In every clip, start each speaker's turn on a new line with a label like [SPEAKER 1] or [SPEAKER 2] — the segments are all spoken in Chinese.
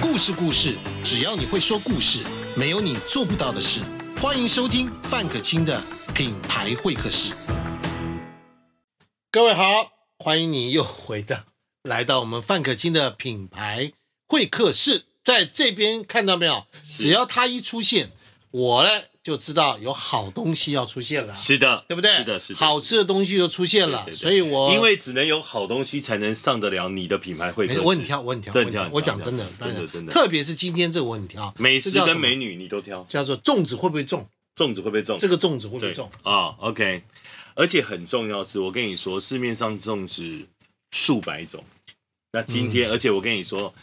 [SPEAKER 1] 故事故事，只要你会说故事，没有你做不到的事。欢迎收听范可清的品牌会客室。各位好，欢迎你又回到来到我们范可清的品牌会客室，在这边看到没有？只要他一出现，我呢就知道有好东西要出现了，
[SPEAKER 2] 是的，
[SPEAKER 1] 对不对？
[SPEAKER 2] 是的，是的，
[SPEAKER 1] 好吃的东西就出现了，
[SPEAKER 2] 对对对
[SPEAKER 1] 所以我
[SPEAKER 2] 因为只能有好东西才能上得了你的品牌会客
[SPEAKER 1] 没
[SPEAKER 2] 室。
[SPEAKER 1] 我很挑，我很挑，我
[SPEAKER 2] 真
[SPEAKER 1] 很
[SPEAKER 2] 挑
[SPEAKER 1] 挑
[SPEAKER 2] 很。挑
[SPEAKER 1] 我讲真的，
[SPEAKER 2] 真的真的
[SPEAKER 1] 特别是今天这个我很挑，
[SPEAKER 2] 美食
[SPEAKER 1] 这叫什
[SPEAKER 2] 跟
[SPEAKER 1] 么
[SPEAKER 2] 美女你都挑，
[SPEAKER 1] 叫做粽子会不会中？
[SPEAKER 2] 粽子会不会中？
[SPEAKER 1] 这个粽子会不
[SPEAKER 2] 对
[SPEAKER 1] 会中？
[SPEAKER 2] 啊、o k 而且很重要的是，我跟你说，市面上粽子数百种。那今
[SPEAKER 1] 嗯
[SPEAKER 2] 天，而且我跟你说，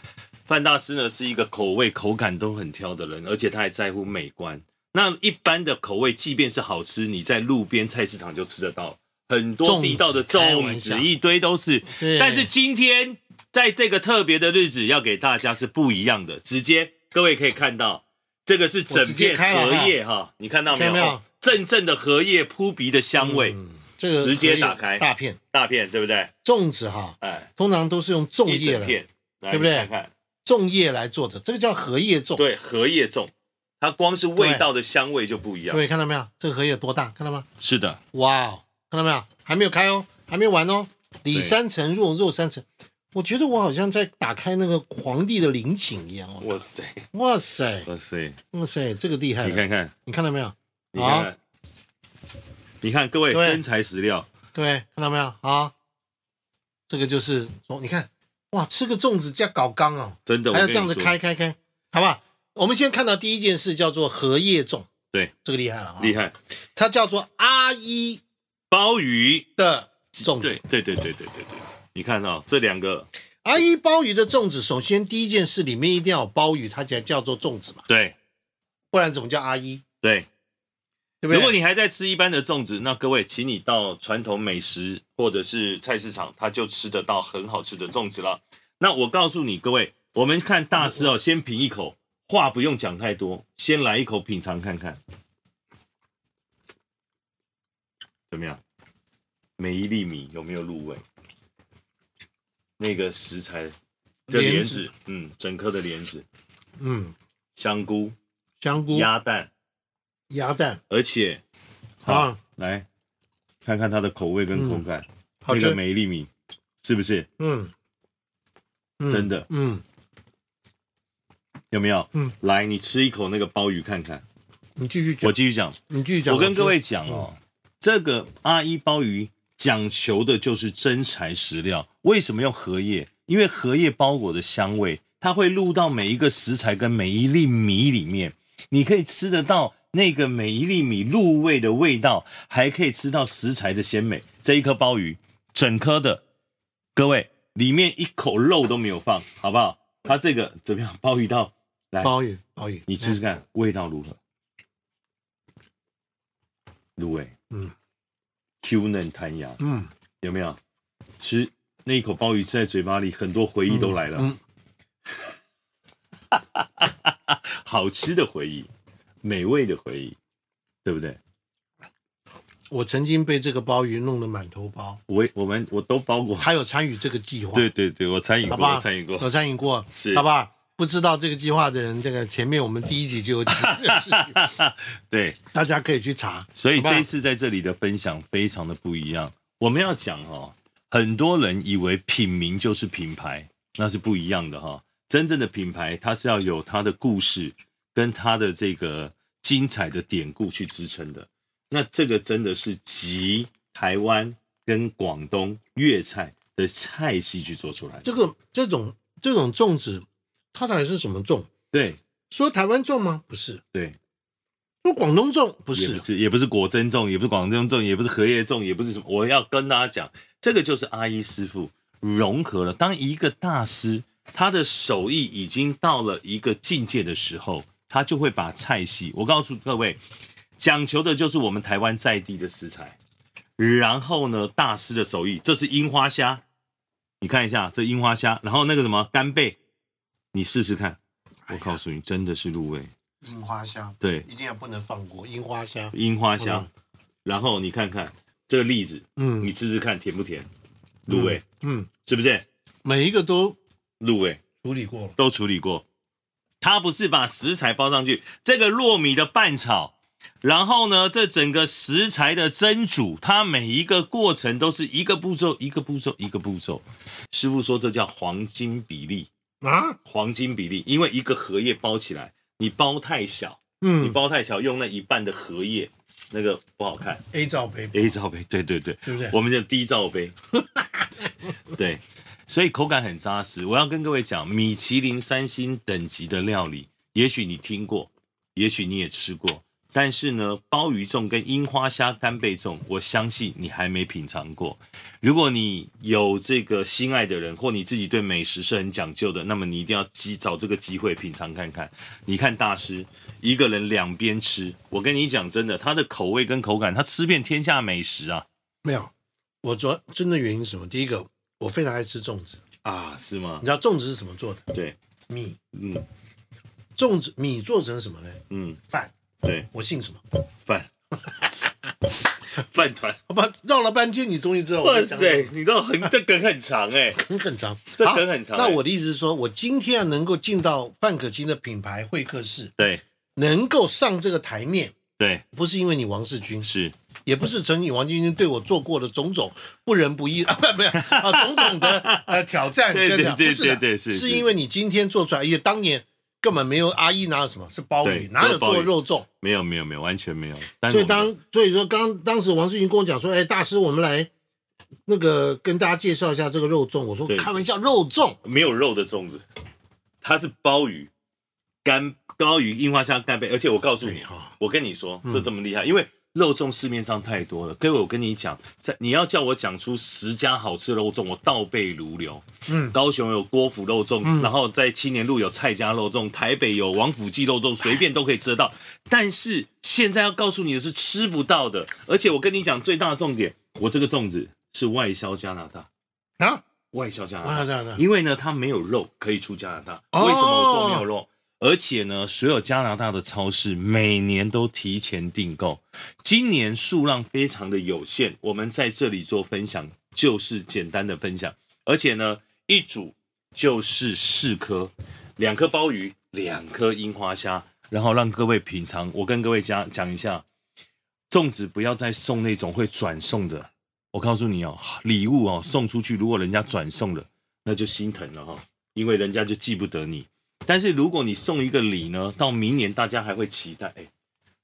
[SPEAKER 2] 范大师呢是一个口味、口感都很挑的人，而且他还在乎美观。那一般的口味，即便是好吃，你在路边菜市场就吃得到，很
[SPEAKER 1] 粽
[SPEAKER 2] 多
[SPEAKER 1] 子
[SPEAKER 2] 地道的
[SPEAKER 1] 开玩
[SPEAKER 2] 粽
[SPEAKER 1] 笑
[SPEAKER 2] 子一堆都是。
[SPEAKER 1] 对
[SPEAKER 2] 但是今天在这个特别的日子，要给大家是不一样的。直接各位可以看到，这个是整
[SPEAKER 1] 我直接
[SPEAKER 2] 片
[SPEAKER 1] 开了哈
[SPEAKER 2] 荷叶哈，你看到没有？
[SPEAKER 1] 看到没有嗯
[SPEAKER 2] 哦阵阵的荷叶扑鼻的香味，
[SPEAKER 1] 这个
[SPEAKER 2] 直接
[SPEAKER 1] 可以
[SPEAKER 2] 打开
[SPEAKER 1] 大片
[SPEAKER 2] 大片对不对？
[SPEAKER 1] 粽子哈，
[SPEAKER 2] 哎，
[SPEAKER 1] 通常都是用粽
[SPEAKER 2] 一
[SPEAKER 1] 叶
[SPEAKER 2] 整
[SPEAKER 1] 来
[SPEAKER 2] 片，来
[SPEAKER 1] 对不对
[SPEAKER 2] 你看看，
[SPEAKER 1] 粽叶来做的，这个叫荷叶粽。，
[SPEAKER 2] 对，荷叶粽，它光是味道的香味就不一
[SPEAKER 1] 各
[SPEAKER 2] 样。
[SPEAKER 1] 位看到没有？这个荷叶多大？看到吗？
[SPEAKER 2] 是的，
[SPEAKER 1] 哇哦，看到没有？还没有开哦，还没完哦。里
[SPEAKER 2] 对
[SPEAKER 1] 三层肉，肉三层。我觉得我好像在打开那个皇帝的陵寝一样哦。
[SPEAKER 2] 哇塞，
[SPEAKER 1] 哇塞，
[SPEAKER 2] 哇塞，
[SPEAKER 1] 哇塞，这个厉害了！
[SPEAKER 2] 你看看，
[SPEAKER 1] 你看到没有？
[SPEAKER 2] 你看
[SPEAKER 1] 好
[SPEAKER 2] 看，你看，各位
[SPEAKER 1] 对
[SPEAKER 2] 真材实料，
[SPEAKER 1] 各位看到没有？好，这个就是哦，你看，哇，吃个粽子加搞缸哦，
[SPEAKER 2] 真的，我
[SPEAKER 1] 还要
[SPEAKER 2] 跟
[SPEAKER 1] 这
[SPEAKER 2] 你
[SPEAKER 1] 样子
[SPEAKER 2] 说
[SPEAKER 1] 开开开，好不好？我们先看到第一件事叫做荷叶粽，
[SPEAKER 2] 对，
[SPEAKER 1] 这个厉害了啊、
[SPEAKER 2] 厉害，
[SPEAKER 1] 它叫做阿姨
[SPEAKER 2] 鲍鱼，
[SPEAKER 1] 的粽
[SPEAKER 2] 对
[SPEAKER 1] 子，
[SPEAKER 2] 对对对对对对，你看到、这两个，
[SPEAKER 1] 阿姨鲍鱼的粽子。首先第一件事里面一定要有鲍鱼，它才叫做粽子嘛，
[SPEAKER 2] 对
[SPEAKER 1] 不然怎么叫阿姨？
[SPEAKER 2] 对，
[SPEAKER 1] 对不对？
[SPEAKER 2] 如果你还在吃一般的粽子，那各位，请你到传统美食或者是菜市场，它就吃得到很好吃的粽子了。那我告诉你各位，我们看大师哦，先品一口，话不用讲太多，先来一口品尝看看，怎么样？每一粒米有没有入味？那个食材的莲
[SPEAKER 1] 莲
[SPEAKER 2] 子，
[SPEAKER 1] 子
[SPEAKER 2] 嗯，整颗的莲子、
[SPEAKER 1] 嗯，
[SPEAKER 2] 香菇、
[SPEAKER 1] 香菇、
[SPEAKER 2] 鸭蛋，
[SPEAKER 1] 鸭蛋
[SPEAKER 2] 而且
[SPEAKER 1] 啊，
[SPEAKER 2] 来看看它的口味跟口感。
[SPEAKER 1] 嗯好
[SPEAKER 2] 那个
[SPEAKER 1] 吃，
[SPEAKER 2] 每一粒米是不是
[SPEAKER 1] 嗯，嗯
[SPEAKER 2] 真，的？
[SPEAKER 1] 嗯，
[SPEAKER 2] 有没有？
[SPEAKER 1] 嗯，
[SPEAKER 2] 来，你吃一口那个鲍鱼看看。
[SPEAKER 1] 你继续讲
[SPEAKER 2] 我，继续讲，
[SPEAKER 1] 你继续讲，嗯
[SPEAKER 2] 我跟各位讲哦，这个阿一鲍鱼讲求的就是真材实料。为什么用荷叶？因为荷叶包裹的香味，它会入到每一个食材跟每一粒米里面，你可以吃得到那个每一粒米入味的味道，还可以吃到食材的鲜美。这一颗鲍鱼，整颗的，各位里面一口肉都没有放，好不好？它这个怎么样？鲍鱼到来，
[SPEAKER 1] 鲍鱼，鲍鱼，
[SPEAKER 2] 你吃吃看，味道如何？入味，
[SPEAKER 1] 嗯
[SPEAKER 2] ，Q 嫩弹牙，
[SPEAKER 1] 嗯，
[SPEAKER 2] 有没有？吃那一口鲍鱼吃在嘴巴里，很多回忆都来了，
[SPEAKER 1] 嗯
[SPEAKER 2] 好吃的回忆，美味的回忆，对不对？
[SPEAKER 1] 我曾经被这个鲍鱼弄得满头包，
[SPEAKER 2] 我我们我都包过，
[SPEAKER 1] 他有参与这个计划，
[SPEAKER 2] 对对对，我参与
[SPEAKER 1] 好
[SPEAKER 2] 过，
[SPEAKER 1] 吧
[SPEAKER 2] 我参与过，
[SPEAKER 1] 有参与过，
[SPEAKER 2] 是
[SPEAKER 1] 好吧？不知道这个计划的人，这个前面我们第一集就有讲，
[SPEAKER 2] 对，
[SPEAKER 1] 大家可以去查。
[SPEAKER 2] 所以
[SPEAKER 1] 好吧
[SPEAKER 2] 这一次在这里的分享非常的不一样。我们要讲哦，很多人以为品名就是品牌，那是不一样的哈、真正的品牌，它是要有它的故事跟它的这个精彩的典故去支撑的。那这个真的是集台湾跟广东粤菜的菜系去做出来的。
[SPEAKER 1] 这个这种这种粽子，它到底是什么粽？
[SPEAKER 2] 对
[SPEAKER 1] 说台湾粽吗？不是，
[SPEAKER 2] 对，
[SPEAKER 1] 说广东粽不
[SPEAKER 2] 也
[SPEAKER 1] 是，啊
[SPEAKER 2] 不是也不是果珍粽，也不是广珍粽，也不是荷叶粽，也不是什么。我要跟大家讲，这个就是阿一师傅融合了。当一个大师他的手艺已经到了一个境界的时候，他就会把菜系，我告诉各位，讲求的就是我们台湾在地的食材。然后呢，大师的手艺，这是樱花虾，你看一下这樱花虾，然后那个什么干贝，你试试看，
[SPEAKER 1] 哎
[SPEAKER 2] 我告诉你，真的是入味。
[SPEAKER 1] 樱花虾，
[SPEAKER 2] 对，
[SPEAKER 1] 一定要不能放过樱花虾。
[SPEAKER 2] 樱花香，
[SPEAKER 1] 嗯
[SPEAKER 2] 然后你看看这个栗子，
[SPEAKER 1] 嗯
[SPEAKER 2] 你吃吃看甜不甜，入味、
[SPEAKER 1] 嗯，
[SPEAKER 2] 是不是？
[SPEAKER 1] 每一个都
[SPEAKER 2] 入味
[SPEAKER 1] 处理过了。
[SPEAKER 2] 都处理过，他不是把食材包上去，这个糯米的拌炒，然后呢，这整个食材的蒸煮，它每一个过程都是一个步骤一个步骤一个步骤。师傅说这叫黄金比例，
[SPEAKER 1] 啊，
[SPEAKER 2] 黄金比例，因为一个荷叶包起来，你包太小，你
[SPEAKER 1] 嗯
[SPEAKER 2] 包太小，用那一半的荷叶，那个不好看。
[SPEAKER 1] ，A 罩杯，
[SPEAKER 2] A 罩杯，对对对，
[SPEAKER 1] 对不对？
[SPEAKER 2] 哎我们叫低罩 杯，对，所以口感很扎实。我要跟各位讲，米其林三星等级的料理，也许你听过，也许你也吃过，但是呢，鲍鱼粽跟樱花虾干贝粽，我相信你还没品尝过。如果你有这个心爱的人，或你自己对美食是很讲究的，那么你一定要机找这个机会品尝看看。你看大师一个人两边吃，我跟你讲真的，他的口味跟口感，他吃遍天下美食啊。
[SPEAKER 1] 没有，我主要真的原因是什么？第一个，我非常爱吃粽子，
[SPEAKER 2] 啊，是吗
[SPEAKER 1] 你？知道粽子是什么做的？
[SPEAKER 2] 对，
[SPEAKER 1] 米，
[SPEAKER 2] 嗯
[SPEAKER 1] 粽子米做成什么呢？
[SPEAKER 2] 嗯，
[SPEAKER 1] 饭。
[SPEAKER 2] 对，
[SPEAKER 1] 我姓什么？
[SPEAKER 2] 饭饭团，
[SPEAKER 1] 好吧，绕了半天，你终于知道我
[SPEAKER 2] 哇
[SPEAKER 1] 在讲什么。
[SPEAKER 2] 塞，你都很这梗很长 哎、
[SPEAKER 1] 很很长，
[SPEAKER 2] 这
[SPEAKER 1] 好
[SPEAKER 2] 梗很长
[SPEAKER 1] 啊那
[SPEAKER 2] 欸
[SPEAKER 1] 我的意思是说，我今天啊能够进到范可清的品牌会客室，
[SPEAKER 2] 对
[SPEAKER 1] 能够上这个台面，
[SPEAKER 2] 对，
[SPEAKER 1] 不是因为你王世军，
[SPEAKER 2] 是
[SPEAKER 1] 也不是曾经王晶晶对我做过的种种不仁不义啊， 不不啊，种种的呃挑战
[SPEAKER 2] 对
[SPEAKER 1] 跟
[SPEAKER 2] 对
[SPEAKER 1] 挑
[SPEAKER 2] 对
[SPEAKER 1] 不是的
[SPEAKER 2] 对对是
[SPEAKER 1] 是
[SPEAKER 2] 是
[SPEAKER 1] 因为你今天做出来，因为当年根本没有阿姨哪有什么是鲍
[SPEAKER 2] 对
[SPEAKER 1] 鱼，哪有
[SPEAKER 2] 只有鲍
[SPEAKER 1] 做
[SPEAKER 2] 鱼
[SPEAKER 1] 肉粽，
[SPEAKER 2] 没有没有没有，完全没有。但是
[SPEAKER 1] 所以
[SPEAKER 2] 我们
[SPEAKER 1] 当所以说刚当时王世云跟我讲说，哎，大师，我们来那个跟大家介绍一下这个肉粽，我说
[SPEAKER 2] 对
[SPEAKER 1] 开玩笑，肉粽
[SPEAKER 2] 没有肉的粽子，它是鲍鱼、干鲍鱼、樱花虾、干贝，而且我告诉你
[SPEAKER 1] 对啊嗯哈
[SPEAKER 2] 我跟你说，这这么厉害，因为肉粽市面上太多了。各位，我跟你讲，在你要叫我讲出十家好吃的肉粽，我倒背如流。
[SPEAKER 1] 嗯
[SPEAKER 2] 高雄有郭府肉粽，然后在青年路有蔡家肉粽，台北有王府记肉粽，随便都可以吃得到。但是现在要告诉你的是吃不到的，而且我跟你讲，最大的重点，我这个粽子是外销加拿大，
[SPEAKER 1] 啊，
[SPEAKER 2] 外销加拿大
[SPEAKER 1] 哇。这样的，
[SPEAKER 2] 因为呢，它没有肉可以出加拿大。
[SPEAKER 1] 哦
[SPEAKER 2] 为什么我说没有肉？而且呢，所有加拿大的超市每年都提前订购，今年数量非常的有限。我们在这里做分享，就是简单的分享，而且呢，一组就是四颗，两颗鲍鱼，两颗樱花虾，然后让各位品尝。我跟各位讲讲一下，粽子不要再送那种会转送的。我告诉你哦，礼物哦送出去，如果人家转送了，那就心疼了哈、因为人家就记不得你。但是如果你送一个礼呢，到明年大家还会期待，哎，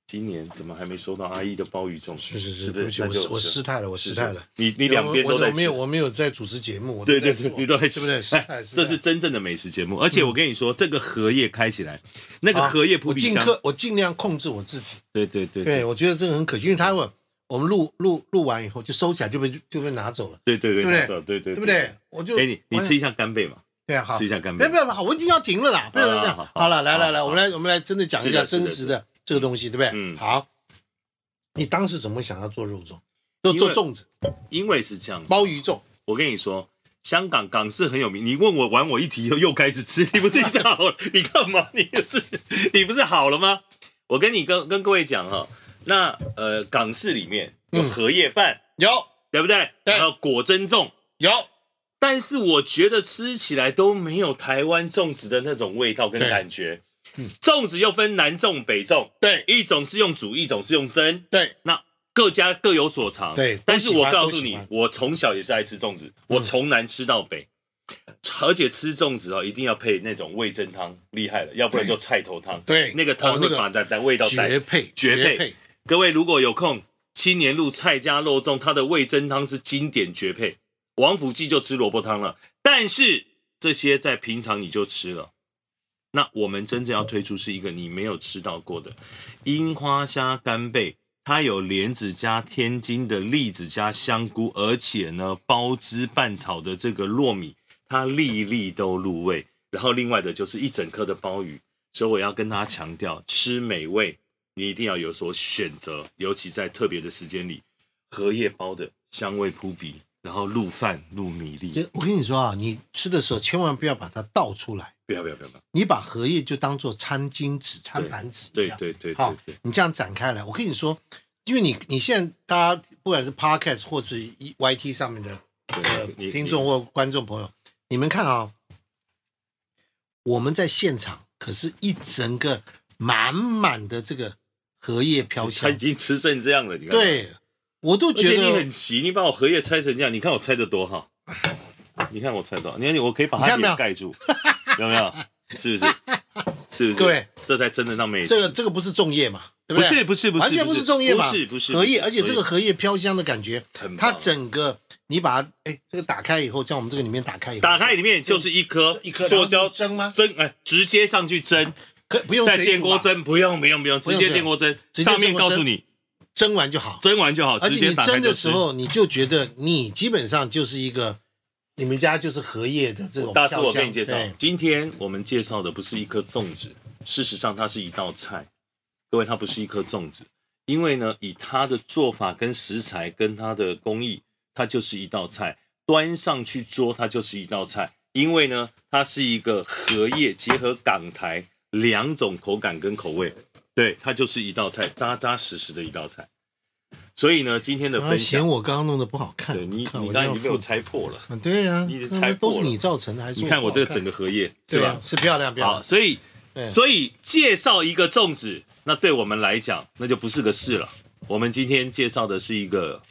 [SPEAKER 2] 今年怎么还没收到阿姨的鲍鱼粽？
[SPEAKER 1] 是是是，
[SPEAKER 2] 是不
[SPEAKER 1] 对
[SPEAKER 2] 是
[SPEAKER 1] 不起，我
[SPEAKER 2] 那就
[SPEAKER 1] 我失态了，我
[SPEAKER 2] 是
[SPEAKER 1] 失态了。
[SPEAKER 2] 你你两边都在
[SPEAKER 1] 我
[SPEAKER 2] 吃
[SPEAKER 1] 我没有我没有在主持节目，我都
[SPEAKER 2] 对对
[SPEAKER 1] 在
[SPEAKER 2] 对，
[SPEAKER 1] 做
[SPEAKER 2] 你都在
[SPEAKER 1] 对不对？失
[SPEAKER 2] 哎
[SPEAKER 1] 态，失态
[SPEAKER 2] 这是真正的美食节目。而且我跟你说，这个荷叶开起来，那个
[SPEAKER 1] 啊
[SPEAKER 2] 荷叶扑
[SPEAKER 1] 我
[SPEAKER 2] 鼻
[SPEAKER 1] 尽
[SPEAKER 2] 香，
[SPEAKER 1] 克，我尽量控制我自己。
[SPEAKER 2] 对对对
[SPEAKER 1] 对，我觉得这个很可惜，因为他们我们录录录完以后就收起来，就被就被拿走了，
[SPEAKER 2] 对对对，
[SPEAKER 1] 对不对
[SPEAKER 2] 拿走对对
[SPEAKER 1] 对不？对？我就
[SPEAKER 2] 哎，你你
[SPEAKER 1] 我
[SPEAKER 2] 吃一下干贝嘛，
[SPEAKER 1] 对啊，好
[SPEAKER 2] 吃一。下干
[SPEAKER 1] 没
[SPEAKER 2] 贝
[SPEAKER 1] 有。没有，好，我已经要停了啦，不能这
[SPEAKER 2] 嗯好好
[SPEAKER 1] 样。
[SPEAKER 2] 好
[SPEAKER 1] 好了，来
[SPEAKER 2] 好
[SPEAKER 1] 来来，我
[SPEAKER 2] 好
[SPEAKER 1] 们来我们来真的讲一
[SPEAKER 2] 是
[SPEAKER 1] 下
[SPEAKER 2] 的是
[SPEAKER 1] 真
[SPEAKER 2] 的
[SPEAKER 1] 实
[SPEAKER 2] 是
[SPEAKER 1] 的这个东西，对不对？
[SPEAKER 2] 嗯
[SPEAKER 1] 好。你当时怎么想要做肉粽？就
[SPEAKER 2] 因
[SPEAKER 1] 做
[SPEAKER 2] 为
[SPEAKER 1] 粽子、
[SPEAKER 2] 因为是这样子，
[SPEAKER 1] 鲍鱼粽。
[SPEAKER 2] 我跟你说，香港港式很有名。你问我玩我一题又又开始吃，你不是已经好了？ 你干嘛？你不是你不是好了吗？我跟你跟跟各位讲哈，那呃港式里面有
[SPEAKER 1] 嗯
[SPEAKER 2] 荷叶饭，
[SPEAKER 1] 有
[SPEAKER 2] 对不对？
[SPEAKER 1] 对
[SPEAKER 2] 还有果珍粽，
[SPEAKER 1] 有，
[SPEAKER 2] 但是我觉得吃起来都没有台湾粽子的那种味道跟
[SPEAKER 1] 对
[SPEAKER 2] 感觉
[SPEAKER 1] 嗯。
[SPEAKER 2] 粽子又分南粽北粽，
[SPEAKER 1] 对
[SPEAKER 2] 一种是用煮，一种是用蒸。
[SPEAKER 1] 对，
[SPEAKER 2] 那各家各有所长。
[SPEAKER 1] 对都
[SPEAKER 2] 但是我
[SPEAKER 1] 喜欢
[SPEAKER 2] 告
[SPEAKER 1] 都
[SPEAKER 2] 诉
[SPEAKER 1] 喜
[SPEAKER 2] 你
[SPEAKER 1] 欢，嗯
[SPEAKER 2] 我从小也是爱吃粽子，我从南吃到北，而且吃粽子哦，一定要配那种味噌汤，厉害了，要不然就菜头汤。
[SPEAKER 1] 对
[SPEAKER 2] 那个
[SPEAKER 1] 哦
[SPEAKER 2] 汤
[SPEAKER 1] 那
[SPEAKER 2] 会
[SPEAKER 1] 个
[SPEAKER 2] 把咱的味道带
[SPEAKER 1] 绝配
[SPEAKER 2] 绝配。各位如果有空，青年路蔡家肉粽，它的味噌汤是经典绝配。王府记就吃萝卜汤了，但是这些在平常你就吃了。那我们真正要推出是一个你没有吃到过的樱花虾干贝，它有莲子加天津的栗子加香菇，而且呢包汁拌炒的这个糯米，它粒粒都入味。然后另外的就是一整颗的鲍鱼，所以我要跟大家强调，吃美味你一定要有所选择，尤其在特别的时间里，荷叶包的香味扑鼻，然后入饭入米粒，
[SPEAKER 1] 这我跟你说啊，你吃的时候千万不要把它倒出来，
[SPEAKER 2] 不要不要不要不要，
[SPEAKER 1] 你把荷叶就当做餐巾纸、餐盘纸一
[SPEAKER 2] 对
[SPEAKER 1] 样。
[SPEAKER 2] 对对
[SPEAKER 1] 好
[SPEAKER 2] 对对，，
[SPEAKER 1] 你这样展开来，我跟你说，因为你你现在大家不管是 podcast 或是 YT 上面的呃
[SPEAKER 2] 对你
[SPEAKER 1] 听众或观众朋友，你们看啊、我们在现场可是一整个满满的这个荷叶飘
[SPEAKER 2] 他已
[SPEAKER 1] 香，
[SPEAKER 2] 经吃成这样了，你看。，
[SPEAKER 1] 对我都
[SPEAKER 2] 而
[SPEAKER 1] 觉
[SPEAKER 2] 且你
[SPEAKER 1] 得，
[SPEAKER 2] 很急，你把我荷叶拆成这样，你看我拆的多好，你看我拆多好，你看我可以把
[SPEAKER 1] 你
[SPEAKER 2] 它
[SPEAKER 1] 看没有
[SPEAKER 2] 脸盖住，有没有？是不是？是不是？
[SPEAKER 1] 各位，
[SPEAKER 2] 这才称得上美食。
[SPEAKER 1] 这个这个不是粽叶嘛，对
[SPEAKER 2] 不
[SPEAKER 1] 对？
[SPEAKER 2] 是不是不是，
[SPEAKER 1] 完全
[SPEAKER 2] 不
[SPEAKER 1] 不是粽叶吧
[SPEAKER 2] 不是不是
[SPEAKER 1] 荷
[SPEAKER 2] 不
[SPEAKER 1] 叶，
[SPEAKER 2] 是
[SPEAKER 1] 而且这个荷叶飘香的感觉，
[SPEAKER 2] 很
[SPEAKER 1] 它
[SPEAKER 2] 棒
[SPEAKER 1] 整个你把它哎这个打开以后，像我们这个里面打开以后，
[SPEAKER 2] 打开里面就是一颗
[SPEAKER 1] 一颗
[SPEAKER 2] 塑胶
[SPEAKER 1] 蒸吗？
[SPEAKER 2] 蒸，哎，直接上去蒸，
[SPEAKER 1] 可不用
[SPEAKER 2] 在
[SPEAKER 1] 水
[SPEAKER 2] 电
[SPEAKER 1] 煮
[SPEAKER 2] 锅
[SPEAKER 1] 吧，
[SPEAKER 2] 蒸，不用不用不用，
[SPEAKER 1] 不
[SPEAKER 2] 直
[SPEAKER 1] 用
[SPEAKER 2] 接
[SPEAKER 1] 水
[SPEAKER 2] 电锅蒸，
[SPEAKER 1] 直接
[SPEAKER 2] 上面
[SPEAKER 1] 电锅
[SPEAKER 2] 告
[SPEAKER 1] 蒸
[SPEAKER 2] 诉你
[SPEAKER 1] 蒸完就好。
[SPEAKER 2] 蒸完就好，
[SPEAKER 1] 而
[SPEAKER 2] 直
[SPEAKER 1] 且
[SPEAKER 2] 接
[SPEAKER 1] 你
[SPEAKER 2] 打开
[SPEAKER 1] 蒸
[SPEAKER 2] 就
[SPEAKER 1] 的
[SPEAKER 2] 吃
[SPEAKER 1] 时。候，你就觉得你基本上就是一个你们家就是荷叶的这种
[SPEAKER 2] 大
[SPEAKER 1] 飘
[SPEAKER 2] 师，
[SPEAKER 1] 香。哎
[SPEAKER 2] 我跟你介绍
[SPEAKER 1] 哦对，
[SPEAKER 2] 今天我们介绍的不是一颗粽子，事实上它是一道菜。各位，它不是一颗粽子，因为呢，以它的做法跟食材跟它的工艺，它就是一道菜，端上去桌它就是一道菜。因为呢，它是一个荷叶结合港台两种口感跟口味，对，它就是一道菜，扎扎实实的一道菜。所以呢，今天的
[SPEAKER 1] 然后
[SPEAKER 2] 分
[SPEAKER 1] 啊
[SPEAKER 2] 享
[SPEAKER 1] 嫌，我刚刚弄得不好看，
[SPEAKER 2] 对你，
[SPEAKER 1] 看
[SPEAKER 2] 你
[SPEAKER 1] 我
[SPEAKER 2] 刚刚已
[SPEAKER 1] 这样
[SPEAKER 2] 经被我
[SPEAKER 1] 复
[SPEAKER 2] 拆破了，
[SPEAKER 1] 嗯对呀、啊，
[SPEAKER 2] 你已经
[SPEAKER 1] 那
[SPEAKER 2] 拆
[SPEAKER 1] 那都
[SPEAKER 2] 破
[SPEAKER 1] 是
[SPEAKER 2] 了
[SPEAKER 1] 你造成的，还是
[SPEAKER 2] 你看我这个整
[SPEAKER 1] 个
[SPEAKER 2] 个荷叶，是
[SPEAKER 1] 对啊？，
[SPEAKER 2] 吧
[SPEAKER 1] 是漂亮漂
[SPEAKER 2] 好，
[SPEAKER 1] 亮。
[SPEAKER 2] 所以
[SPEAKER 1] 对
[SPEAKER 2] 所以介绍一个粽子，那对我们来讲，那就不是个事了。我们今天介绍的是一个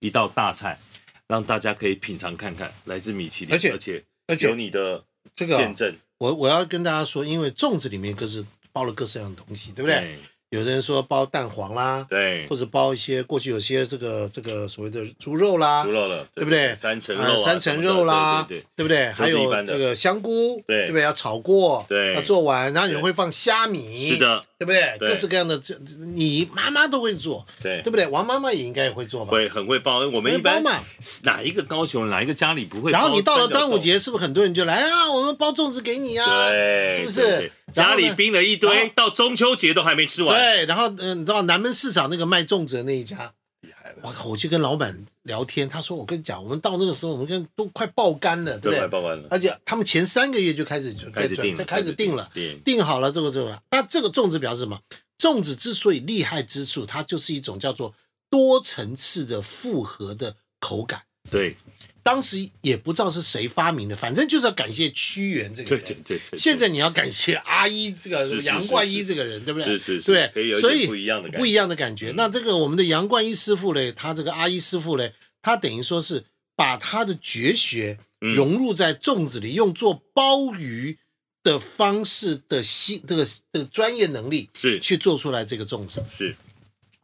[SPEAKER 2] 一道大菜，让大家可以品尝看看，来自米其林，
[SPEAKER 1] 而且
[SPEAKER 2] 而且
[SPEAKER 1] 而且
[SPEAKER 2] 有你的
[SPEAKER 1] 这个啊、
[SPEAKER 2] 见证，
[SPEAKER 1] 我我要跟大家说，因为粽子里面各式包了各式各样的东西，对不对？
[SPEAKER 2] 对
[SPEAKER 1] 有的人说包蛋黄啦，
[SPEAKER 2] 对
[SPEAKER 1] 或，者包一些过去有些这个这个所谓的猪肉啦，
[SPEAKER 2] 猪肉了，
[SPEAKER 1] 对不对
[SPEAKER 2] 三层肉啊
[SPEAKER 1] 呃，三层肉啦，
[SPEAKER 2] 什么的对对对，
[SPEAKER 1] 对不对？
[SPEAKER 2] 都
[SPEAKER 1] 还
[SPEAKER 2] 是一
[SPEAKER 1] 有
[SPEAKER 2] 般的
[SPEAKER 1] 这个香菇，
[SPEAKER 2] 对
[SPEAKER 1] 不对？要炒过，
[SPEAKER 2] 对
[SPEAKER 1] 要做完，然后有人
[SPEAKER 2] 对
[SPEAKER 1] 会放虾米，
[SPEAKER 2] 是，的，
[SPEAKER 1] 对不对？
[SPEAKER 2] 对
[SPEAKER 1] 各式各样的，这你妈妈都会做，
[SPEAKER 2] 对
[SPEAKER 1] 对。不对？王妈妈也应该也会做吧？
[SPEAKER 2] 会很会包，我们一
[SPEAKER 1] 会包
[SPEAKER 2] 般
[SPEAKER 1] 嘛
[SPEAKER 2] 哪一个高雄人哪一个家里不会包
[SPEAKER 1] 然
[SPEAKER 2] 三角粽？
[SPEAKER 1] 后你到了端午节，是不是很多人就来啊？我们包粽子给你啊，
[SPEAKER 2] 对，
[SPEAKER 1] 是不
[SPEAKER 2] 对对
[SPEAKER 1] 是？然后
[SPEAKER 2] 家
[SPEAKER 1] 呢
[SPEAKER 2] 里冰了一
[SPEAKER 1] 然
[SPEAKER 2] 堆
[SPEAKER 1] 后，
[SPEAKER 2] 到中秋节都还没吃完。
[SPEAKER 1] 对，然后嗯、呃你知道南门市场那个卖粽子的那一家，
[SPEAKER 2] 厉害了，
[SPEAKER 1] 我靠，我去跟老板聊天，他说我跟你讲，我们到那个时候，我们跟都快爆干了，对不
[SPEAKER 2] 都快
[SPEAKER 1] 对？
[SPEAKER 2] 报完了，
[SPEAKER 1] 而且他们前三个月就开始就
[SPEAKER 2] 开
[SPEAKER 1] 在
[SPEAKER 2] 始定
[SPEAKER 1] 就
[SPEAKER 2] 了，
[SPEAKER 1] 开始定了，
[SPEAKER 2] 定
[SPEAKER 1] 定好了这个这个。那这个粽子表示什么？粽子之所以厉害之处，它就是一种叫做多层次的复合的口感。
[SPEAKER 2] 对
[SPEAKER 1] 当时也不知道是谁发明的，反正就是要感谢屈原这个
[SPEAKER 2] 对
[SPEAKER 1] 人。
[SPEAKER 2] 对对对。
[SPEAKER 1] 现在你要感谢阿一这个
[SPEAKER 2] 是是是
[SPEAKER 1] 杨冠一这个人，对不对？
[SPEAKER 2] 是是是
[SPEAKER 1] 对，
[SPEAKER 2] 可以有一
[SPEAKER 1] 所
[SPEAKER 2] 点
[SPEAKER 1] 以
[SPEAKER 2] 不一样的感觉嗯
[SPEAKER 1] 不一样的感觉。那这个我们的杨冠一师傅嘞，他这个阿一师傅嘞，他等于说是把他的绝学
[SPEAKER 2] 嗯
[SPEAKER 1] 融入在粽子里，用做鲍鱼的方式的新这个这个专业能力
[SPEAKER 2] 是
[SPEAKER 1] 去做出来这个粽子。
[SPEAKER 2] 是，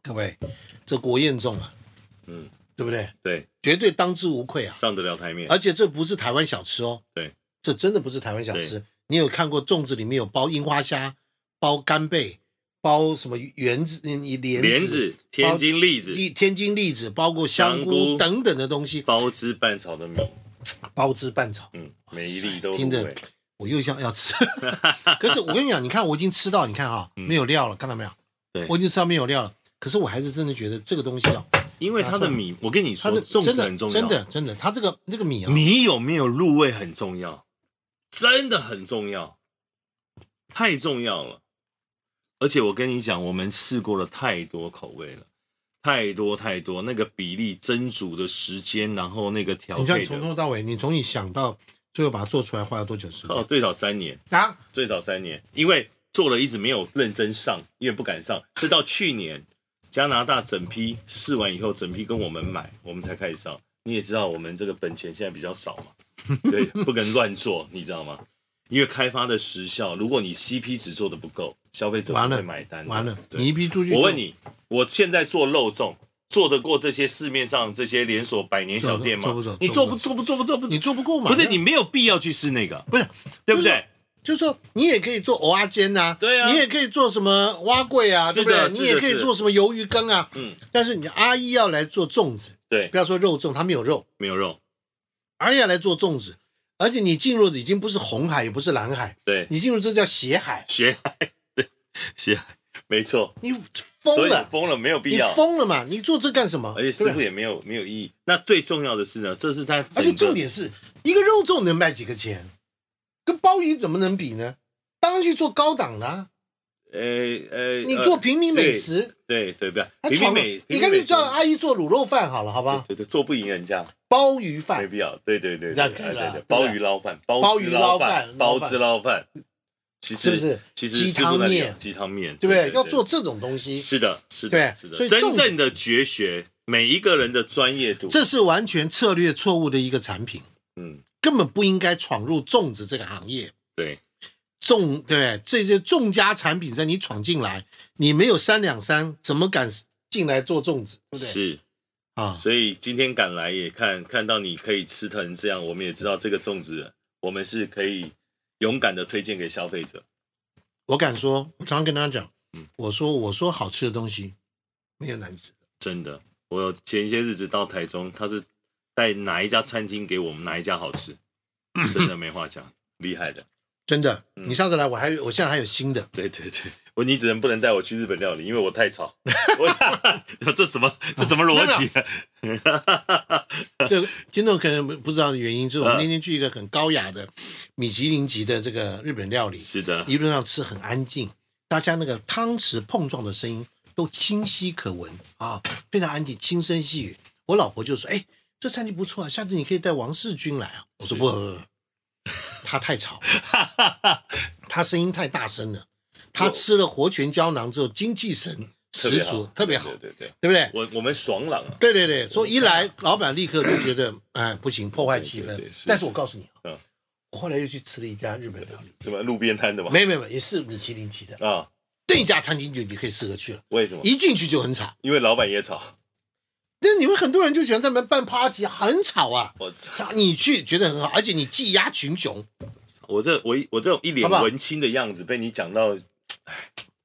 [SPEAKER 1] 各位，这国宴粽啊，
[SPEAKER 2] 嗯，
[SPEAKER 1] 对不对？
[SPEAKER 2] 对，
[SPEAKER 1] 绝对当之无愧啊！
[SPEAKER 2] 上得了台面，
[SPEAKER 1] 而且这不是台湾小吃哦，
[SPEAKER 2] 对，
[SPEAKER 1] 这真的不是台湾小吃。你有看过粽子里面有包樱花虾、包干贝、包什么圆子、嗯莲
[SPEAKER 2] 莲子、天津栗子、
[SPEAKER 1] 天天津栗子，包括香
[SPEAKER 2] 香
[SPEAKER 1] 菇
[SPEAKER 2] 菇
[SPEAKER 1] 等等的东西，
[SPEAKER 2] 包汁拌炒的米，
[SPEAKER 1] 包汁拌炒。
[SPEAKER 2] 嗯，每一粒都
[SPEAKER 1] 听
[SPEAKER 2] 入
[SPEAKER 1] 着
[SPEAKER 2] 味，
[SPEAKER 1] 我又想要吃， 可是我跟你讲，你看我已经吃到，你看啊、
[SPEAKER 2] 嗯
[SPEAKER 1] 没有料了，看到没有？
[SPEAKER 2] 对
[SPEAKER 1] 我已经吃到没有料了。可是我还是真的觉得这个东西啊，
[SPEAKER 2] 因为它的米，我跟你
[SPEAKER 1] 它
[SPEAKER 2] 说，
[SPEAKER 1] 的
[SPEAKER 2] 粽
[SPEAKER 1] 真
[SPEAKER 2] 子
[SPEAKER 1] 的
[SPEAKER 2] 很重要，
[SPEAKER 1] 真的真的，它这个这个米啊，
[SPEAKER 2] 米有没有入味很重要，真的很重要，太重要了。而且我跟你讲，我们试过了太多口味了，太多太多，那个比例、蒸煮的时间，然后那个调
[SPEAKER 1] 你这样
[SPEAKER 2] 配
[SPEAKER 1] 从
[SPEAKER 2] 的，
[SPEAKER 1] 头到尾，你从你想到最后把它做出来，花了多久时间
[SPEAKER 2] 哦，？最少三年，
[SPEAKER 1] 啊，
[SPEAKER 2] 最少三年，因为做了一直没有认真上，因为不敢上，是到去年加拿大整批试完以后，整批跟我们买，我们才开始上。你也知道我们这个本钱现在比较少 嘛，对，不能乱做，你知道吗？因为开发的时效，如果你 CP 值做的不够，消费者
[SPEAKER 1] 完
[SPEAKER 2] 不
[SPEAKER 1] 了
[SPEAKER 2] 会买单的。
[SPEAKER 1] 完了，
[SPEAKER 2] 对
[SPEAKER 1] 你一批出去，
[SPEAKER 2] 我问，你，我现在做肉粽，做得过这些市面上这些连锁百年小店吗？
[SPEAKER 1] 做不做
[SPEAKER 2] 你
[SPEAKER 1] 做
[SPEAKER 2] 做
[SPEAKER 1] 不
[SPEAKER 2] 不做不做不做不
[SPEAKER 1] 你做不啊过嘛？
[SPEAKER 2] 不是你没有必要去试那个，
[SPEAKER 1] 不是，
[SPEAKER 2] 对不
[SPEAKER 1] 就是
[SPEAKER 2] 对？
[SPEAKER 1] 就是说你也可以做蚵仔煎呐、
[SPEAKER 2] 对啊
[SPEAKER 1] 你也可以做什么蛙桂啊，对
[SPEAKER 2] 是的
[SPEAKER 1] 不对？
[SPEAKER 2] 是的
[SPEAKER 1] 你也可以
[SPEAKER 2] 是的
[SPEAKER 1] 做什么鱿鱼羹啊，
[SPEAKER 2] 嗯，
[SPEAKER 1] 但是你阿姨要来做粽子，
[SPEAKER 2] 对
[SPEAKER 1] 不，要说肉粽，她没有肉，
[SPEAKER 2] 没有肉，
[SPEAKER 1] 阿姨要来做粽子，而且你进入的已经不是红海，也不是蓝海，
[SPEAKER 2] 对，
[SPEAKER 1] 你进入这叫血海，
[SPEAKER 2] 血海，对，血海，没错，
[SPEAKER 1] 你
[SPEAKER 2] 所
[SPEAKER 1] 疯
[SPEAKER 2] 以
[SPEAKER 1] 了，
[SPEAKER 2] 疯了没有必
[SPEAKER 1] 你
[SPEAKER 2] 要，
[SPEAKER 1] 疯了嘛？你做这干什么？
[SPEAKER 2] 而且
[SPEAKER 1] 对
[SPEAKER 2] 师
[SPEAKER 1] 不
[SPEAKER 2] 傅
[SPEAKER 1] 对
[SPEAKER 2] 也没有没有意义。那最重要的是呢，这是他整个，
[SPEAKER 1] 而且重点是一个肉粽能卖几个钱，跟鲍鱼怎么能比呢？当然去做高档啦、
[SPEAKER 2] 呃呃，
[SPEAKER 1] 你
[SPEAKER 2] 呃
[SPEAKER 1] 做平民美
[SPEAKER 2] 对
[SPEAKER 1] 食，
[SPEAKER 2] 对对不
[SPEAKER 1] 他
[SPEAKER 2] 对，平民
[SPEAKER 1] 闯了
[SPEAKER 2] 美，
[SPEAKER 1] 你啊
[SPEAKER 2] 平
[SPEAKER 1] 干
[SPEAKER 2] 民美
[SPEAKER 1] 脆
[SPEAKER 2] 食
[SPEAKER 1] 叫阿姨做卤肉饭好了，好吧？
[SPEAKER 2] 对对，做不赢人家，
[SPEAKER 1] 鲍鱼
[SPEAKER 2] 没
[SPEAKER 1] 饭，
[SPEAKER 2] 必要。对对对，
[SPEAKER 1] 这
[SPEAKER 2] 对
[SPEAKER 1] 样
[SPEAKER 2] 对
[SPEAKER 1] 可以了啊对
[SPEAKER 2] 对对，
[SPEAKER 1] 不
[SPEAKER 2] 鲍
[SPEAKER 1] 对
[SPEAKER 2] 鱼捞饭，
[SPEAKER 1] 鲍
[SPEAKER 2] 包子
[SPEAKER 1] 鱼捞
[SPEAKER 2] 捞
[SPEAKER 1] 饭捞
[SPEAKER 2] 饭，包子
[SPEAKER 1] 饭
[SPEAKER 2] 捞饭，其实
[SPEAKER 1] 是不是
[SPEAKER 2] 其实
[SPEAKER 1] 鸡
[SPEAKER 2] 师傅在
[SPEAKER 1] 汤
[SPEAKER 2] 聊
[SPEAKER 1] 面
[SPEAKER 2] 鸡汤面，
[SPEAKER 1] 对不对？要做这种东西，
[SPEAKER 2] 是的，是的，
[SPEAKER 1] 对
[SPEAKER 2] 是的
[SPEAKER 1] 所，以
[SPEAKER 2] 真
[SPEAKER 1] 重
[SPEAKER 2] 正的绝学，每一个人的专业度，
[SPEAKER 1] 这是完全策略错误的一个产品，
[SPEAKER 2] 嗯，
[SPEAKER 1] 根本不应该闯入粽子这个行业。
[SPEAKER 2] 对，
[SPEAKER 1] 重对这些众家产品，在你闯进来，你没有三两三，怎么敢进来做粽子？对不对？
[SPEAKER 2] 是，
[SPEAKER 1] 啊，
[SPEAKER 2] 所以今天赶来也看看到你可以吃成这样，我们也知道这个粽子，我们是可以勇敢的推荐给消费者，
[SPEAKER 1] 我敢说，我常常跟大家讲
[SPEAKER 2] 嗯，
[SPEAKER 1] 我说我说好吃的东西没有难吃的，
[SPEAKER 2] 真的。我有前些日子到台中，他是带哪一家餐厅给我们哪一家好 吃，真的没话讲，厉害的。
[SPEAKER 1] 真的。
[SPEAKER 2] 嗯
[SPEAKER 1] 你上次来，我还有我现在还有新的，
[SPEAKER 2] 对对对，我你只能不能带我去日本料理，因为我太 吵。我 这什么这什么逻辑？
[SPEAKER 1] 这个听众可能不知道的原因，就是我们
[SPEAKER 2] 嗯
[SPEAKER 1] 那天去一个很高雅的米其林级的这个日本料理，
[SPEAKER 2] 是的，
[SPEAKER 1] 一路上吃很安静，大家那个汤匙碰撞的声音都清晰可闻啊，非常安静，轻声细语。我老婆就说：“哎，这餐厅不错啊，下次你可以带王世军来啊。”我说：“
[SPEAKER 2] 是
[SPEAKER 1] 不，不不不他太吵， 他声音太大声了。他吃了活泉胶囊之后，精气神十足，特别好，
[SPEAKER 2] 对对对，
[SPEAKER 1] 对不对？
[SPEAKER 2] 我我们爽朗啊，
[SPEAKER 1] 对对对，所以一来，老板立刻就觉得， 哎，不行，破坏气
[SPEAKER 2] 对
[SPEAKER 1] 氛
[SPEAKER 2] 对对是。
[SPEAKER 1] 但是我告诉你
[SPEAKER 2] 嗯
[SPEAKER 1] 啊，我后来又去吃了一家日本料理，
[SPEAKER 2] 什么路边摊的嘛？
[SPEAKER 1] 没有没有，没有也是米其林级的。
[SPEAKER 2] 啊，
[SPEAKER 1] 那家餐厅就你可以适合去了，
[SPEAKER 2] 为什么？
[SPEAKER 1] 一进去就很吵。
[SPEAKER 2] 因为老板也吵，
[SPEAKER 1] 但你们很多人就喜欢在那边办 party，很吵啊。
[SPEAKER 2] 我操！
[SPEAKER 1] 你去觉得很好，而且你技压群雄
[SPEAKER 2] 我这我一我这种一脸
[SPEAKER 1] 好不好
[SPEAKER 2] 文青的样子被你讲到，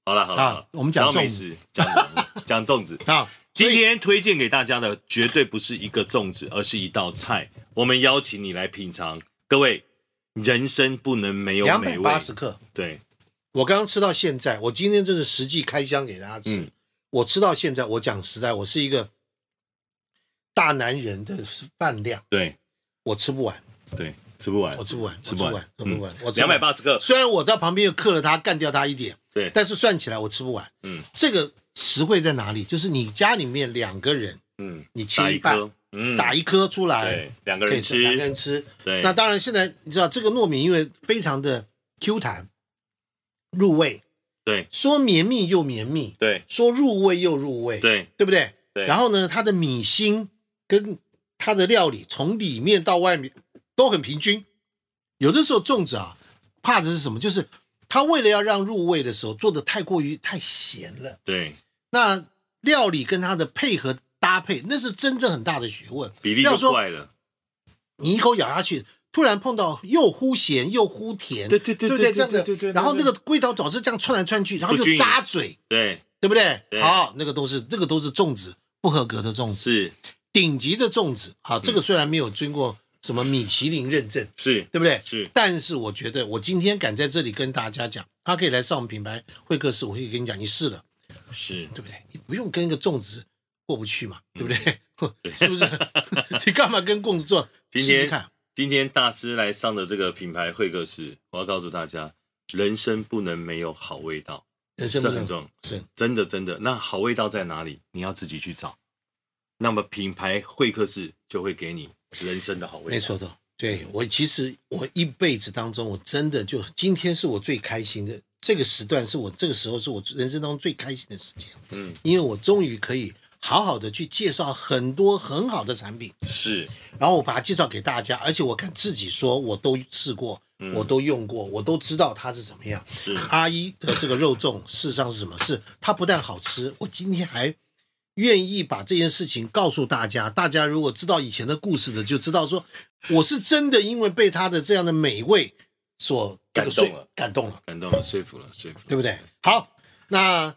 [SPEAKER 2] 好了好了，好
[SPEAKER 1] 啊
[SPEAKER 2] 了！
[SPEAKER 1] 我们
[SPEAKER 2] 讲
[SPEAKER 1] 讲
[SPEAKER 2] 到美
[SPEAKER 1] 粽子
[SPEAKER 2] 食，讲讲讲粽子。
[SPEAKER 1] 啊，
[SPEAKER 2] 今
[SPEAKER 1] 所以
[SPEAKER 2] 天推荐给大家的绝对不是一个粽子，而是一道菜。我们邀请你来品尝，各位，人生不能没有
[SPEAKER 1] 两
[SPEAKER 2] 美
[SPEAKER 1] 百
[SPEAKER 2] 味
[SPEAKER 1] 八。十克，
[SPEAKER 2] 对，
[SPEAKER 1] 我刚刚吃到现在，我今天真是实际开箱给大家吃。
[SPEAKER 2] 嗯
[SPEAKER 1] 我吃到现在，我讲实在，我是一个大男人的饭量，
[SPEAKER 2] 对
[SPEAKER 1] 我吃不完，
[SPEAKER 2] 对，吃不完
[SPEAKER 1] 我，吃不完，
[SPEAKER 2] 吃
[SPEAKER 1] 我吃
[SPEAKER 2] 不完，嗯
[SPEAKER 1] 我吃不完，我吃
[SPEAKER 2] 两
[SPEAKER 1] 不
[SPEAKER 2] 百
[SPEAKER 1] 完。
[SPEAKER 2] 八十克，
[SPEAKER 1] 虽然我在旁边又克了他，干掉他一点，
[SPEAKER 2] 对
[SPEAKER 1] 但是算起来我吃不完。
[SPEAKER 2] 嗯
[SPEAKER 1] 这个实惠在哪里？就是你家里面两个人，
[SPEAKER 2] 嗯，
[SPEAKER 1] 你
[SPEAKER 2] 打
[SPEAKER 1] 切
[SPEAKER 2] 一
[SPEAKER 1] 半，
[SPEAKER 2] 颗，嗯，
[SPEAKER 1] 打一颗出来
[SPEAKER 2] 对，，两个
[SPEAKER 1] 可以
[SPEAKER 2] 人
[SPEAKER 1] 吃两个
[SPEAKER 2] 吃，
[SPEAKER 1] 人吃。
[SPEAKER 2] 对，
[SPEAKER 1] 那当然，现在你知道这个糯米因为非常的 Q 弹，入味，
[SPEAKER 2] 对
[SPEAKER 1] 说绵密又绵密，
[SPEAKER 2] 对
[SPEAKER 1] 说入味又入味，
[SPEAKER 2] 对
[SPEAKER 1] 对不对？
[SPEAKER 2] 对
[SPEAKER 1] 然后呢，它的米心跟它的料理从里面到外面都很平均。有的时候粽子啊，怕的是什么？就是它为了要让入味的时候做的太过于太咸了。
[SPEAKER 2] 对，
[SPEAKER 1] 那料理跟它的配合搭配，那是真正很大的学问。
[SPEAKER 2] 比例
[SPEAKER 1] 要
[SPEAKER 2] 就
[SPEAKER 1] 说
[SPEAKER 2] 怪了。
[SPEAKER 1] 你一口咬下去，突然碰到又忽咸又忽甜，
[SPEAKER 2] 对对对
[SPEAKER 1] 对不
[SPEAKER 2] 对
[SPEAKER 1] 这样
[SPEAKER 2] 对
[SPEAKER 1] 的，
[SPEAKER 2] 对对对
[SPEAKER 1] 然后
[SPEAKER 2] 对
[SPEAKER 1] 那个味道总是这样窜来窜去，然后
[SPEAKER 2] 不均
[SPEAKER 1] 又
[SPEAKER 2] 匀
[SPEAKER 1] 扎嘴，
[SPEAKER 2] 对，
[SPEAKER 1] 对不对？
[SPEAKER 2] 对
[SPEAKER 1] 好，那个都是这个都是粽子不合格的粽子，
[SPEAKER 2] 是
[SPEAKER 1] 顶级的粽子啊，这
[SPEAKER 2] 嗯
[SPEAKER 1] 个虽然没有经过什么米其林认证，
[SPEAKER 2] 是
[SPEAKER 1] 对不对？
[SPEAKER 2] 是，
[SPEAKER 1] 但是我觉得我今天敢在这里跟大家讲，他可以来上我们品牌会客室，我可以跟你讲，你试了，
[SPEAKER 2] 是
[SPEAKER 1] 对不对？你不用跟一个粽子过不去嘛，对不对？
[SPEAKER 2] 嗯 对
[SPEAKER 1] 是不是？你干嘛跟粽子做？
[SPEAKER 2] 今
[SPEAKER 1] 试
[SPEAKER 2] 天
[SPEAKER 1] 试看，
[SPEAKER 2] 今天大师来上的这个品牌会客室，我要告诉大家，人生不能没有好味道，
[SPEAKER 1] 人
[SPEAKER 2] 这
[SPEAKER 1] 生不
[SPEAKER 2] 很
[SPEAKER 1] 能
[SPEAKER 2] 重要，
[SPEAKER 1] 是
[SPEAKER 2] 真的真的。那好味道在哪里？你要自己去找。那么品牌会客室就会给你人生的好味道。
[SPEAKER 1] 没错，的。对我其实我一辈子当中，我真的就今天是我最开心的这个时段，是我这个时候是我人生当中最开心的时间，
[SPEAKER 2] 嗯，
[SPEAKER 1] 因为我终于可以好好的去介绍很多很好的产品，
[SPEAKER 2] 是
[SPEAKER 1] 然后我把它介绍给大家，而且我敢自己说我都试过，
[SPEAKER 2] 嗯
[SPEAKER 1] 我都用过，我都知道它是怎么样。
[SPEAKER 2] 是，
[SPEAKER 1] 阿姨的这个肉粽，事实上是什么？是它不但好吃，我今天还愿意把这件事情告诉大家。大家如果知道以前的故事的，就知道说我是真的因为被它的这样的美味所这个
[SPEAKER 2] 感动
[SPEAKER 1] 说
[SPEAKER 2] 了
[SPEAKER 1] 感动了，
[SPEAKER 2] 感动了，说服了，说服
[SPEAKER 1] 对
[SPEAKER 2] 了。
[SPEAKER 1] 不对？好，那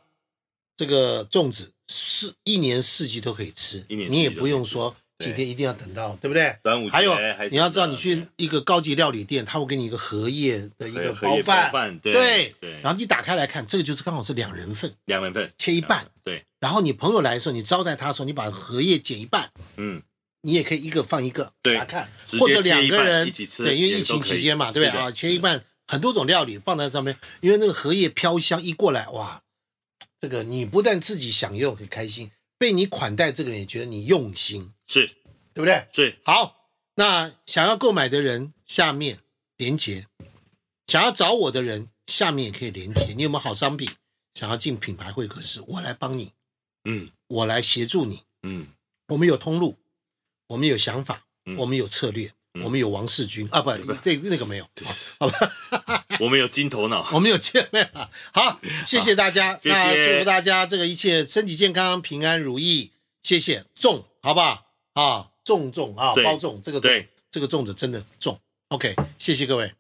[SPEAKER 1] 这个粽子四一年四季都可以吃，
[SPEAKER 2] 一年四季都可以吃
[SPEAKER 1] 你也不用说
[SPEAKER 2] 对
[SPEAKER 1] 今天一定要等到，对不对？
[SPEAKER 2] 端午节
[SPEAKER 1] 还有
[SPEAKER 2] 还是
[SPEAKER 1] 你要知道，
[SPEAKER 2] 什么
[SPEAKER 1] 你去一个高级料理店，他会给你一个荷叶的一
[SPEAKER 2] 还有
[SPEAKER 1] 个
[SPEAKER 2] 荷叶包饭，对对，
[SPEAKER 1] 然后你打开来看，这个就是刚好是两人份，
[SPEAKER 2] 两人份
[SPEAKER 1] 切一半。，
[SPEAKER 2] 对，
[SPEAKER 1] 然后你朋友来的时候，你招待他的时候，你把荷叶剪一半，
[SPEAKER 2] 嗯，
[SPEAKER 1] 你也可以一个放一个，
[SPEAKER 2] 对
[SPEAKER 1] 打开
[SPEAKER 2] 直接
[SPEAKER 1] 或者两
[SPEAKER 2] 切一
[SPEAKER 1] 个
[SPEAKER 2] 半
[SPEAKER 1] 人
[SPEAKER 2] 一起吃
[SPEAKER 1] 对，因
[SPEAKER 2] 也
[SPEAKER 1] 为疫情
[SPEAKER 2] 都可以
[SPEAKER 1] 期间嘛，对不
[SPEAKER 2] 是
[SPEAKER 1] 对
[SPEAKER 2] 的
[SPEAKER 1] 啊？
[SPEAKER 2] 是
[SPEAKER 1] 切
[SPEAKER 2] 的
[SPEAKER 1] 一半，很多种料理放在上面，因为那个荷叶飘香一过来，哇，这个你不但自己享用很开心，被你款待这个人也觉得你用心，
[SPEAKER 2] 是
[SPEAKER 1] 对不对？
[SPEAKER 2] 是，
[SPEAKER 1] 好，那想要购买的人，下面连结；想要找我的人，下面也可以连接，你有没有好商品想要进品牌会客室？我来帮你，
[SPEAKER 2] 嗯
[SPEAKER 1] 我来协助你。
[SPEAKER 2] 嗯
[SPEAKER 1] 我们有通路，我们有想法，
[SPEAKER 2] 嗯
[SPEAKER 1] 我们有策略，
[SPEAKER 2] 嗯
[SPEAKER 1] 我们有王世军啊，不，这那个没有，好吧？
[SPEAKER 2] 我们有金头脑，
[SPEAKER 1] 我们有见面了。好，谢谢大家，
[SPEAKER 2] 谢谢
[SPEAKER 1] 那祝福大家这个一切身体健康、平安如意。谢谢重，好不好？啊，重重啊，
[SPEAKER 2] 对
[SPEAKER 1] 包重，这个重
[SPEAKER 2] 对，
[SPEAKER 1] 这个重的真的重。OK，谢谢各位。